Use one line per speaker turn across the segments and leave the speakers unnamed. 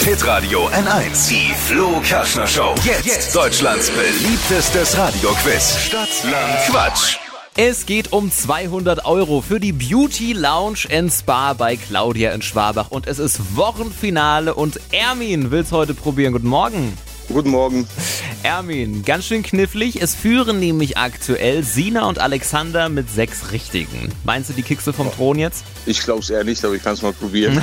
Hitradio N1. Die Flo Kaschner Show. Jetzt. Deutschlands beliebtestes Radioquiz. Stadt, Land, Quatsch.
Es geht um 200 Euro für die Beauty Lounge and Spa bei Claudia in Schwabach. Und es ist Wochenfinale und Ermin will's heute probieren. Guten Morgen.
Guten Morgen.
Ermin, ganz schön knifflig. Es führen nämlich aktuell Sina und Alexander mit sechs Richtigen. Meinst du, die kickst du vom Thron jetzt?
Ich glaube es eher nicht, aber ich kann es mal probieren.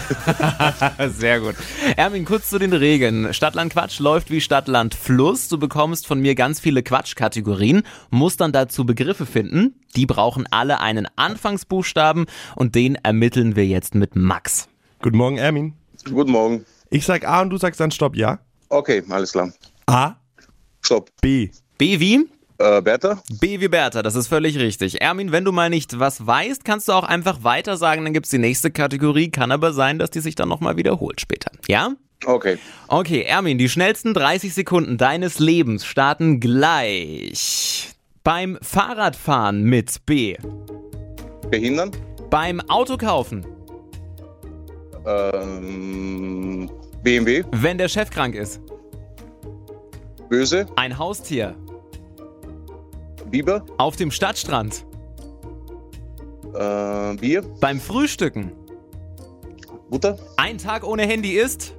Sehr gut. Ermin, kurz zu den Regeln. Stadtland Quatsch läuft wie Stadtland Fluss. Du bekommst von mir ganz viele Quatschkategorien, musst dann dazu Begriffe finden. Die brauchen alle einen Anfangsbuchstaben und den ermitteln wir jetzt mit Max.
Guten Morgen, Ermin.
Guten Morgen.
Ich sag A und du sagst dann Stopp, ja?
Okay, alles klar.
A,
Stopp.
B.
B wie?
Äh, Bertha?
B wie Bertha, das ist völlig richtig. Ermin, wenn du mal nicht was weißt, kannst du auch einfach weiter sagen, dann gibt's die nächste Kategorie. Kann aber sein, dass die sich dann nochmal wiederholt später. Ja?
Okay.
Okay, Ermin, die schnellsten 30 Sekunden deines Lebens starten gleich. Beim Fahrradfahren mit B.
Behindern?
Beim Autokaufen,
Ähm, BMW?
wenn der Chef krank ist.
Böse?
Ein Haustier.
Biber?
Auf dem Stadtstrand.
Äh, Bier?
Beim Frühstücken.
Butter?
Ein Tag ohne Handy ist.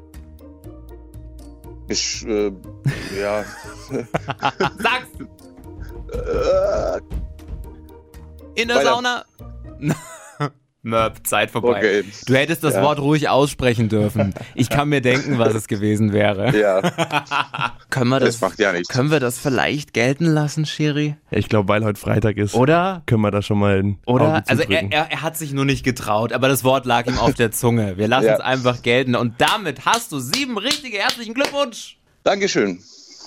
Ich, äh, ja.
Sag's!
Äh,
In der
Weiter.
Sauna. Möp, Zeit vorbei.
okay.
Du hättest das
Ja.
Wort ruhig aussprechen dürfen. Ich kann mir denken, was es gewesen wäre.
Ja,
Können wir das,
das macht ja nichts.
können wir das vielleicht gelten lassen, Shiri?
Ich glaube, weil heute Freitag ist,
Oder?
können wir da schon mal ein
Oder?
Auge
Also
zudrücken.
er, er, er hat sich nur nicht getraut, aber das Wort lag ihm auf der Zunge. Wir lassen
Ja.
es einfach gelten. Und damit hast du sieben richtige. Herzlichen Glückwunsch!
Dankeschön.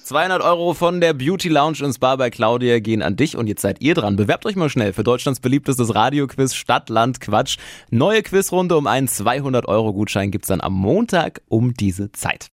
200 Euro von der Beauty Lounge ins Bar bei Claudia gehen an dich und jetzt seid ihr dran. Bewerbt euch mal schnell für Deutschlands beliebtestes Radioquiz Stadt, Land, Quatsch. Neue Quizrunde um einen 200 Euro Gutschein gibt's dann am Montag um diese Zeit.